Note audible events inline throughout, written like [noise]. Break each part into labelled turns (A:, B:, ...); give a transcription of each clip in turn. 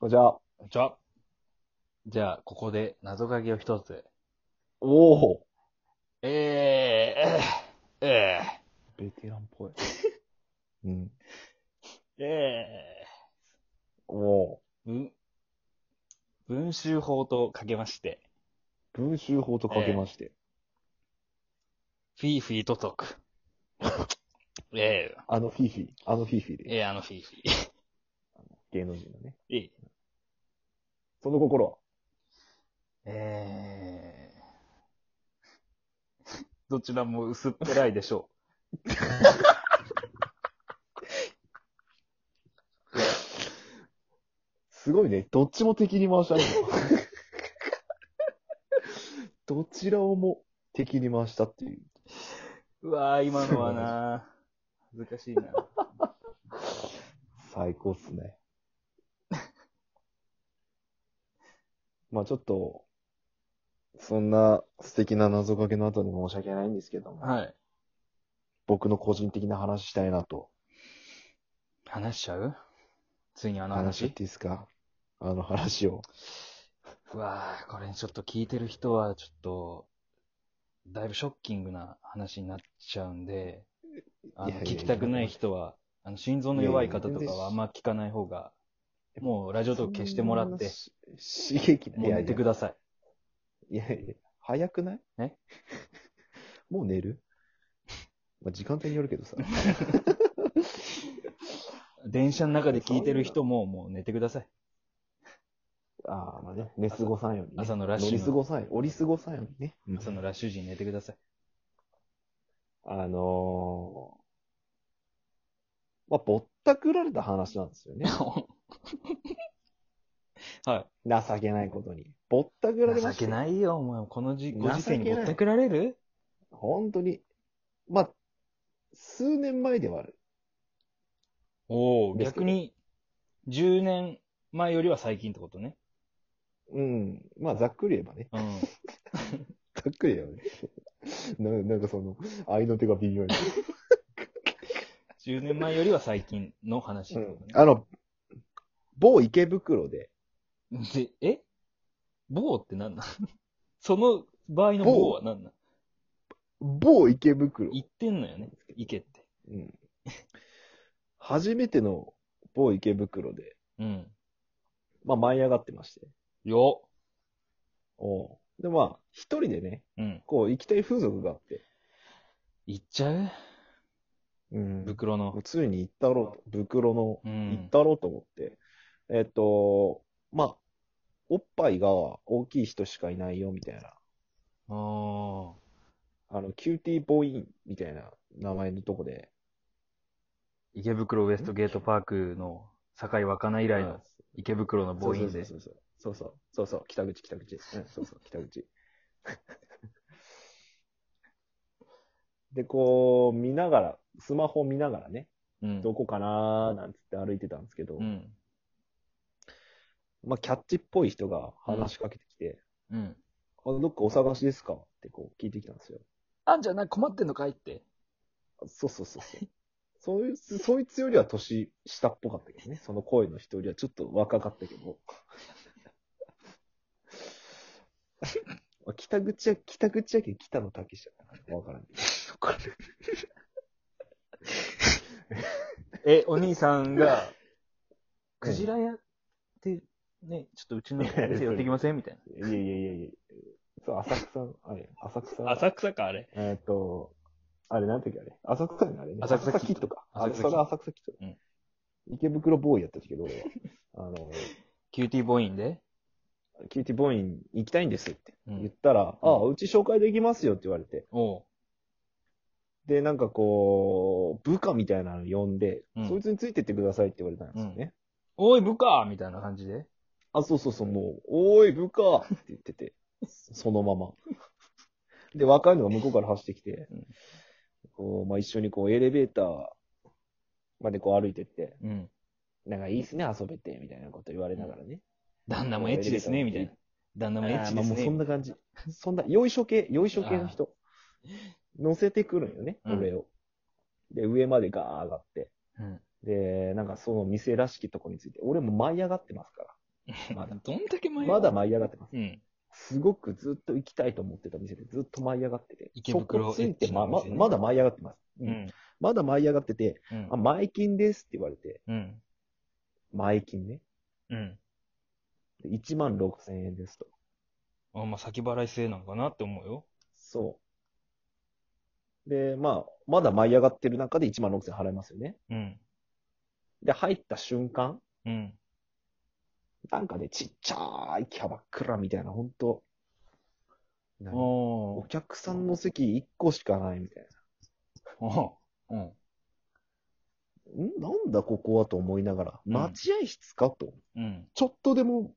A: こんにちは。
B: じゃあ、じゃあ、ここで謎かけを一つ。
A: おお
B: えー、え
A: ベテランっぽい。 [laughs] うん。
B: ー、え
A: おお
B: ー、文、文集法とかけまして、
A: ー文集法とかけまして。
B: フィーフィーと解く。 [laughs] え
A: あのフィフィ、あのフィフィ
B: ー、
A: で、
B: えー、あのフィーフィ
A: 芸能人のね。
B: ー。え
A: その心は
B: ー、えーどちらも薄っぺらいでしょ
A: すごいね。どっちも敵に回した [laughs] ね。どちらをも敵に回したっていう。
B: [laughs] う。うわー、今のはな [laughs] ー、恥ずかしいな。
A: 最高っす [laughs] ね。まあちょっと、そんな素敵な謎かけの後に申し訳ないんですけども、
B: はい。
A: 僕の個人的な話したいなと。
B: 話しちゃうついにあの
A: 話っ
B: 話
A: ていいですかあの話を。
B: うわぁ、これちょっと聞いてる人は、ちょっと、だいぶショッキングな話になっちゃうんで、あ
A: い
B: の
A: やいや
B: 聞きたくない人は、あの心臓の弱い方と
A: い
B: か
A: やいや
B: はあんま聞かない方が、もうラジオトーク消してもらって、
A: そんなし。刺激ない
B: もう寝てください。
A: いやいやいや、早くない
B: え
A: [laughs] もう寝るまあ、時間帯によるけ
B: [laughs]
A: どさ。
B: 電車の中で聞いてる人ももう寝てください。
A: ああ、まあね、寝過ごさんように、ね。
B: 朝のラッシュ
A: 乗
B: の
A: り過ごさんように、折り過ごさんようにね。うん
B: 朝のラッシュ時に寝てください。
A: あのー、まあ、ぼったくられた話なんですよ
B: [laughs]
A: ね。
B: は
A: 情けないことに。ぼったくられ
B: い。情
A: ました
B: け
A: よ。
B: ないよ、お前。このじご時世に
A: 情け
B: ぼ
A: ない
B: ったくられる
A: 本当に。まあ、数年前ではある。
B: おお
A: ですけど
B: 逆に、10年前よりは最近ってことね。
A: うん。まあ、ざっくり言えばね。 [laughs]
B: うん。
A: ざっくり言えばね。 [laughs] ななんかその、愛の手が微妙に。
B: 10年前よりは最近の話
A: う
B: って
A: ん
B: ことね。
A: あの、某池袋で、
B: で、え某って何なん [laughs] その場合の某は何なん
A: 某池袋、
B: 言ってんのよね。行けって。
A: うん、初めての某池袋で、
B: うん。
A: まあ舞い上がってまして。
B: よ。
A: おうで、まあ、一人でね、
B: うん。
A: こう行きたい風俗があって、
B: 行っちゃう
A: うんも
B: 袋の
A: う。ついに行ったろうと、袋の、
B: う
A: 行っ
B: ん。
A: たろうと思って、えっと、まあ、おっぱいが大きい人しかいないよ、みたいな。
B: あー
A: あの、キューティーボーインみたいな名前のとこで、
B: 池袋ウエストゲートパークの堺若菜以来
A: ま
B: の
A: あ
B: 池袋の母音
A: そう
B: で。
A: そうそうそう。そうそう。そうそう。北口、北
B: [laughs]
A: 口。うん、そうそう。北口。 [laughs] で、こう、見ながら、スマホ見ながらね、
B: うん。
A: どこかなーなんつって歩いてたんですけど、
B: うん。
A: まあ、キャッチっぽい人が話しかけてきて、
B: うん。
A: あどっかお探しですかってこう聞いてきたんですよ。
B: あんじゃない困ってんのかいって。
A: そうそうそうそう。そいつ、そいつよりは年下っぽかったけどね。その声の人よりはちょっと若かったけど。 [laughs] まあ北口や、北口やけん北野武じゃないわからんけど。
B: え、お兄さんが、クジラ屋って、ね、ちょっとうちの店寄ってきませんみたい [laughs]
A: いやいやいやいや。そう、浅草の、あれ、浅
B: な。
A: 草。
B: 浅草か、あれ。
A: えーっと、あれ、なんていうかあれ。浅草にあれね。
B: 浅草キッド
A: キッドか。あ
B: 浅
A: れ、
B: 草キッド
A: それは浅草キッドだ。池袋ボーイやった時けど、俺は。あの、
B: キューティーボーインで。
A: キューティーボーイン行きたいんですって
B: う
A: 言っ
B: ん。
A: たら、ああ、うち紹介できますよって言われて。
B: おう。
A: で、なんかこう、部下みたいなの呼んで、
B: うん
A: そいつについてってくださいって言われたんですよね。
B: おい、部下みたいな感じで。
A: あ、そうそうそう、もう、おーい、部下って言ってて、そのまま。で、若いのが向こうから走ってきて、
B: うん
A: こうまあ、一緒にこうエレベーターまでこう歩いてって、
B: うん。
A: なんかいいっすね、遊べて、みたいなこと言われながらね。
B: 旦那もエッチですね、みたいな。旦那もエッ
A: あー
B: チ
A: ま
B: で
A: あも
B: す
A: うそん
B: ね。
A: な感じ。そんな、よいしょ系、よいしょ系の人。乗せてくるんよね、
B: うん
A: 俺を。で、上までガー上がって。
B: うん。
A: で、なんかその店らしきとこについて、俺も舞い上がってますから。
B: [laughs]
A: まだ
B: どんだけ前
A: まだ舞い上がってます。
B: うん。
A: すごくずっと行きたいと思ってた店でずっと舞い上がってて。
B: 池袋
A: そこついてま、ま
B: エッチな店ね
A: まだ舞い上がってます。う
B: うんん。
A: まだ舞い上がってて、
B: うん
A: あ、。前金ですって言われて、
B: うん。
A: 前金ね。
B: うん。
A: 1万6千円ですと。
B: あまあ、先払い制なんかなって思うよ。
A: そう。で、まあ、まだ舞い上がってる中で1万6千円払いますよね。
B: うん。
A: で、入った瞬間、
B: うん。
A: なんかね、ちっちゃいキャバクラみたいな、ほんと、何
B: お
A: お客さんの席1個しかないみたい
B: おうん。
A: な。んなんだここはと思いながら、
B: ん
A: 待合室かと。
B: うん。
A: ちょっとでも、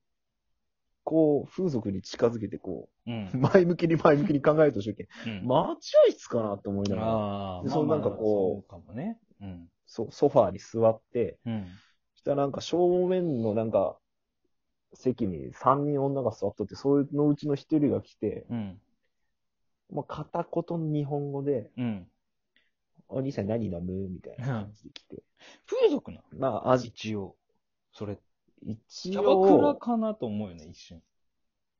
A: こう、風俗に近づけて、こ
B: う
A: う、 [laughs]
B: ん。
A: 前向きに前向きに考えるとしようけん。
B: うん
A: 待合室かなと思いながら、
B: ああ、
A: でそのなんかこ
B: う。そうかもね。うん。
A: そう、ソファーに座って、
B: うん。
A: したらなんか正面のなんか、席に3人女が座っとって、そのうちの1人が来て、
B: うん。
A: まあ、片言の日本語で、
B: うん。
A: お兄さん何飲むみたいな感じで来て。
B: 風俗なの
A: まあ、味、
B: 一応。それ、
A: 一
B: キャバクラ
A: 応、
B: かなと思うよね、一瞬。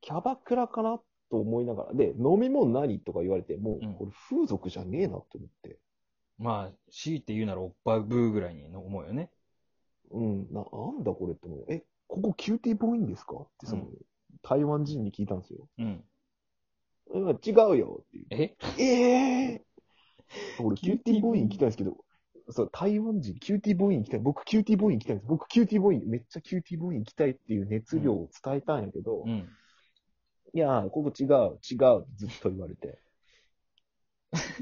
A: キャバクラかなと思いながら、で、飲み物何とか言われて、も
B: うん
A: う、これ風俗じゃねえなと思って。
B: まあ、強いて言うならおっぱブーぐらいに思うよね。
A: うん、な、なんだこれって思う。え、ここキューティーボーインですかってその、
B: うん
A: 台湾人に聞いたんですよ。
B: うん。
A: うん、違うよっていう。
B: え
A: ええ俺、
B: キ
A: キ
B: ュ
A: ュー
B: ーテ
A: テ
B: ィ
A: ィ
B: ー
A: ー
B: ボ
A: ボ
B: ー
A: ーイ
B: イン
A: ン行きたいんですけど、そう、台湾人、キューティーボーイン行きたい。僕、キューティーボーイン行きたいんです。僕、キューティーボーイン、めっちゃキューティーボーイン行きたいっていう熱量を伝えたんやけど、
B: うん。
A: いやー、ここ違う、違う、ずっと言われ [laughs] て。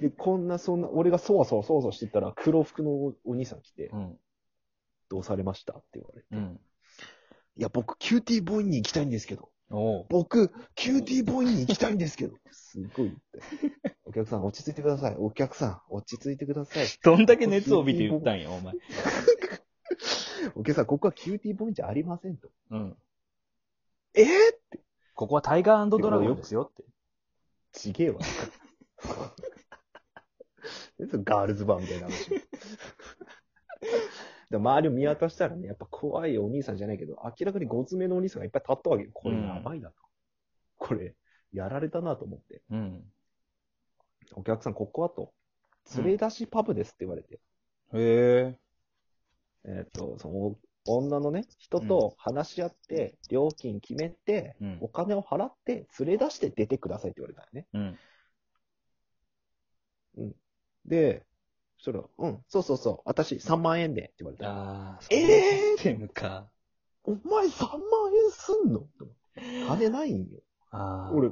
A: で、こんな、そんな、俺がそわそわそわそわしてたら、黒服のおお兄さん来て
B: う、ん。
A: どうされましたって言われて。
B: うん。
A: いや、僕、キューティーボーインに行きたいんですけど。
B: おう。
A: 僕、キューティーボーイに行きたいんですけど。すごい [laughs] 言って。お客さん、落ち着いてください。お客さん、落ち着いてください。
B: どんだけ熱を帯びて言った [laughs] んや、お前。
A: お客さん、ここはキューティーボーインじゃありませんと。
B: うん。
A: えぇ、
B: ここはタイガードラゴンですよって。
A: ちげえわ。 [laughs] ガールズバーみたいな話。で周りを見渡したらね、やっぱ怖いお兄さんじゃないけど、明らかにごつめのお兄さんがいっぱい立ったわけよ。これやばいなと。これ、やられたなと思って。
B: うん。
A: お客さん、ここはと。連れ出しパブですって言われて。
B: へえ。
A: えっ、と、その、女のね、人と話し合って、料金決めて、
B: うん
A: お金を払って、連れ出して出てくださいって言われたのね。
B: うん。
A: で、そしたら、うん、そうそうそう、私3万円でって言われた。
B: ああ、
A: えー
B: システムか。
A: お前3万円すんのって思って金ないんよ。
B: ああ。
A: 俺、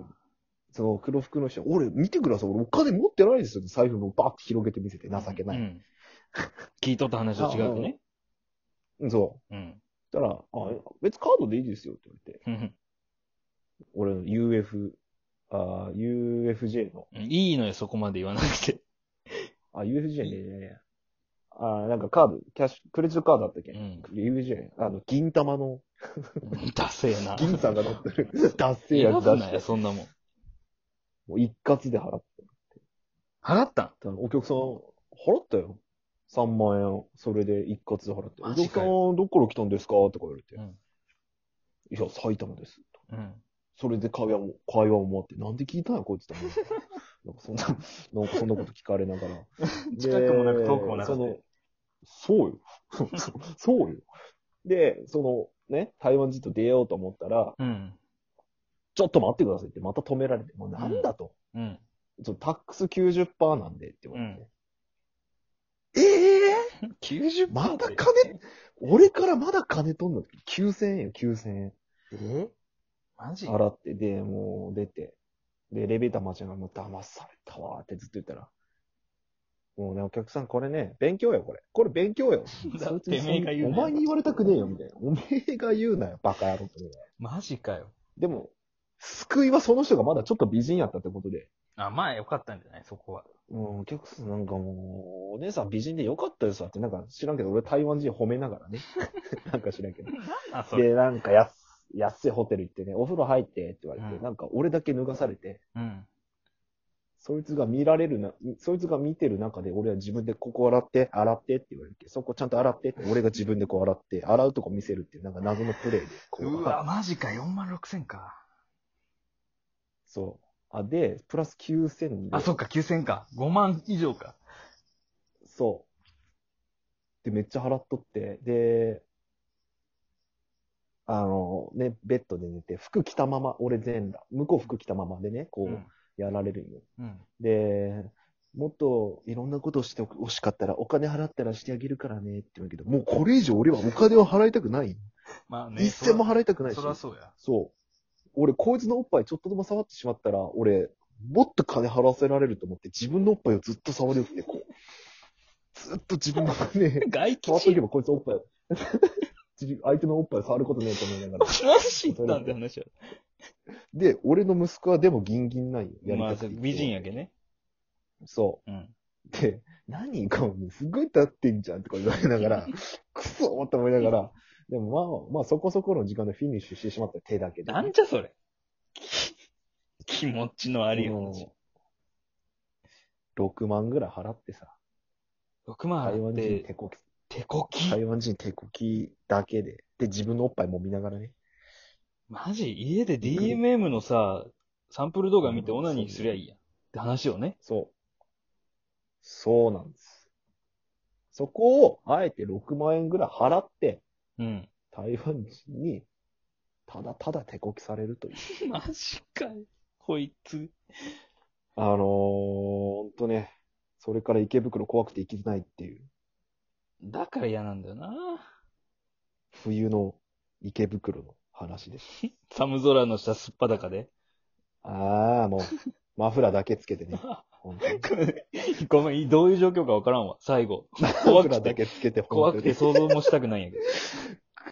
A: その黒服の人、俺見てください、俺お金持ってないですよって財布もバーって広げて見せて、情けな
B: う
A: い。
B: ん。聞いとった話と違うけね。
A: うん、そう。
B: うん。
A: そしたら、あ、別カードでいいですよって言われて、
B: うん
A: 俺の UF、あ UFJ の
B: いいのよ、そこまで言わなくて。
A: あ、UFJ ね。あ、なんかカード、キャッシュ、クレジットカードあったっけ、
B: [laughs] うん。
A: UFJ、あの、銀玉の、
B: ダセえな。
A: 銀さんが乗って
B: [laughs]
A: る、ダッセー
B: 選
A: やつ
B: ぶ
A: 出
B: な
A: して、
B: よ、そんなもん。
A: もう一括で払って
B: 払ったん
A: たの。お客さん、払ったよ。3万円、それで一括で払って。お
B: マ
A: 客
B: ジ
A: さ
B: か
A: ん、
B: よ
A: どっから来たんですかとか言われて。
B: うん
A: いや、埼玉です。
B: うん。
A: それで会話も、会話も終わって、なんで聞いたんや、こいつって思う。
B: [laughs]
A: なんかそんな、なんかそんなこと聞かれながら。
B: 近くもなく遠くもなくて
A: そのそうよ。 [laughs] そうよ。で、そのね、台湾人と出ようと思ったら、
B: うん。
A: ちょっと待ってくださいって、また止められて、もうなんだと。
B: うん。
A: ちょっとタックス90%なんでって言われて。ええ
B: 90%
A: また金俺からまだ金取んの ?9000 円よ、9000円。
B: えマジ
A: 洗って、で、もう出て。で、エレベーター待ちながら、もう騙されたわーってずっと言ったら。もうね、お客さん、これね、勉強よ、これ。これ勉強よ。
B: だってめえが言う
A: お
B: なよ
A: 前に言われたくねえよ、みたいな。おめえが言うなよ、バカ野郎って。
B: マジかよ。
A: でも、救いはその人がまだちょっと美人やったってことで。
B: あ、まあよかったんじゃないそこは。
A: うん、お客さんなんかもう、お姉さん美人でよかったですわって、なんか知らんけど、俺台湾人褒めながら
B: [laughs]
A: ね。 [laughs] なんか知らんけど。
B: あ、それ。
A: で、なんか安、安いホテル行ってね、お風呂入ってって言われて、
B: うん
A: なんか俺だけ脱がされて、
B: うん。
A: そいつが見られるな、そいつが見てる中で、俺は自分でここ洗って、洗ってって言われて、そこちゃんと洗ってって、俺が自分でこう洗って、洗うとこ見せるっていう、なんか謎のプレイで、こ
B: うわ、マジか、4万6千か。
A: そう。あ、で、プラス9000で。
B: あ、そっか、9千か。5万以上か。
A: そう。で、めっちゃ払っとって、で、あの、ね、ベッドで寝て、服着たまま、俺全裸。向こう服着たままでね、こ
B: うん。
A: う、やられるんよ。
B: うん。
A: で、もっといろんなことをしてほしかったら、お金払ったらしてあげるからねって言うんだけど、もうこれ以上俺はお金を払いたくない。
B: まあね。
A: 一銭も払いたくないし。
B: そりゃそうや。、
A: そう。俺、こいつのおっぱいちょっとでも触ってしまったら、俺、もっと金払わせられると思って、自分のおっぱいをずっと触りよって、こう。ずっと自分のね
B: [laughs] 外
A: 触っとけばこいつおっぱいを。 [laughs] 自相手のおっぱいを触ることねえと思いながら。
B: 何しったんって話や。
A: で、俺の息子はでもギンギンなんよ。やり
B: まあ
A: たく、て
B: 美人やけね。
A: そう。
B: うん。
A: って、何これ、すごい立ってんじゃんとか言われながら、
B: [laughs]
A: くそーって思いながら、でもまあ、まあそこそこの時間でフィニッシュしてしまった手だけで。
B: なんじゃそれ。 [laughs] 気持ちのありよ。
A: うん ?6 万ぐらい払ってさ、
B: 6万
A: 台
B: 払っ
A: 湾人
B: て、
A: 手こき、
B: 手こき。
A: 台湾人手こきだけで、で、自分のおっぱいも見ながらね。
B: マジ家で DMM のさ、サンプル動画見てオナニーすりゃいいやん。って話をね。
A: そう。そうなんです。そこを、あえて6万円ぐらい払って、
B: うん。
A: 台湾人に、ただただ手こきされるという。
B: マジかよ。こいつ。
A: あのー、ほんとね、それから池袋怖くて行けないっていう、
B: だから嫌なんだよな。
A: 冬の池袋の話です。
B: 寒空の下すっぱだかで。 [laughs]
A: ああ、もう、マフラーだけつけてね。ほんとに
B: ごめん、どういう状況かわからんわ。最後。
A: マ
B: 怖
A: フラ
B: く
A: ーだ
B: て、
A: けつけて、ほ
B: 怖
A: んと
B: く
A: に
B: て。想像もしたくないんやけど。